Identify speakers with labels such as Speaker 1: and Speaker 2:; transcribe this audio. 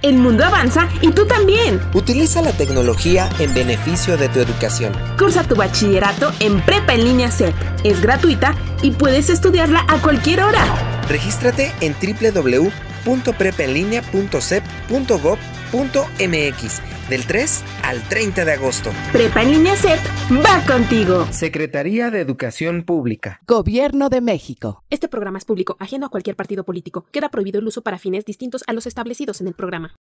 Speaker 1: El mundo avanza y tú también.
Speaker 2: Utiliza la tecnología en beneficio de tu educación.
Speaker 1: Cursa tu bachillerato en Prepa en línea CEP. Es gratuita y puedes estudiarla a cualquier hora.
Speaker 2: Regístrate en www.prepenlinea.cep.gov.mx del 3 al 30 de agosto.
Speaker 1: Prepa en línea CEP va contigo.
Speaker 2: Secretaría de Educación Pública.
Speaker 3: Gobierno de México.
Speaker 4: Este programa es público, ajeno a cualquier partido político. Queda prohibido el uso para fines distintos a los establecidos en el programa.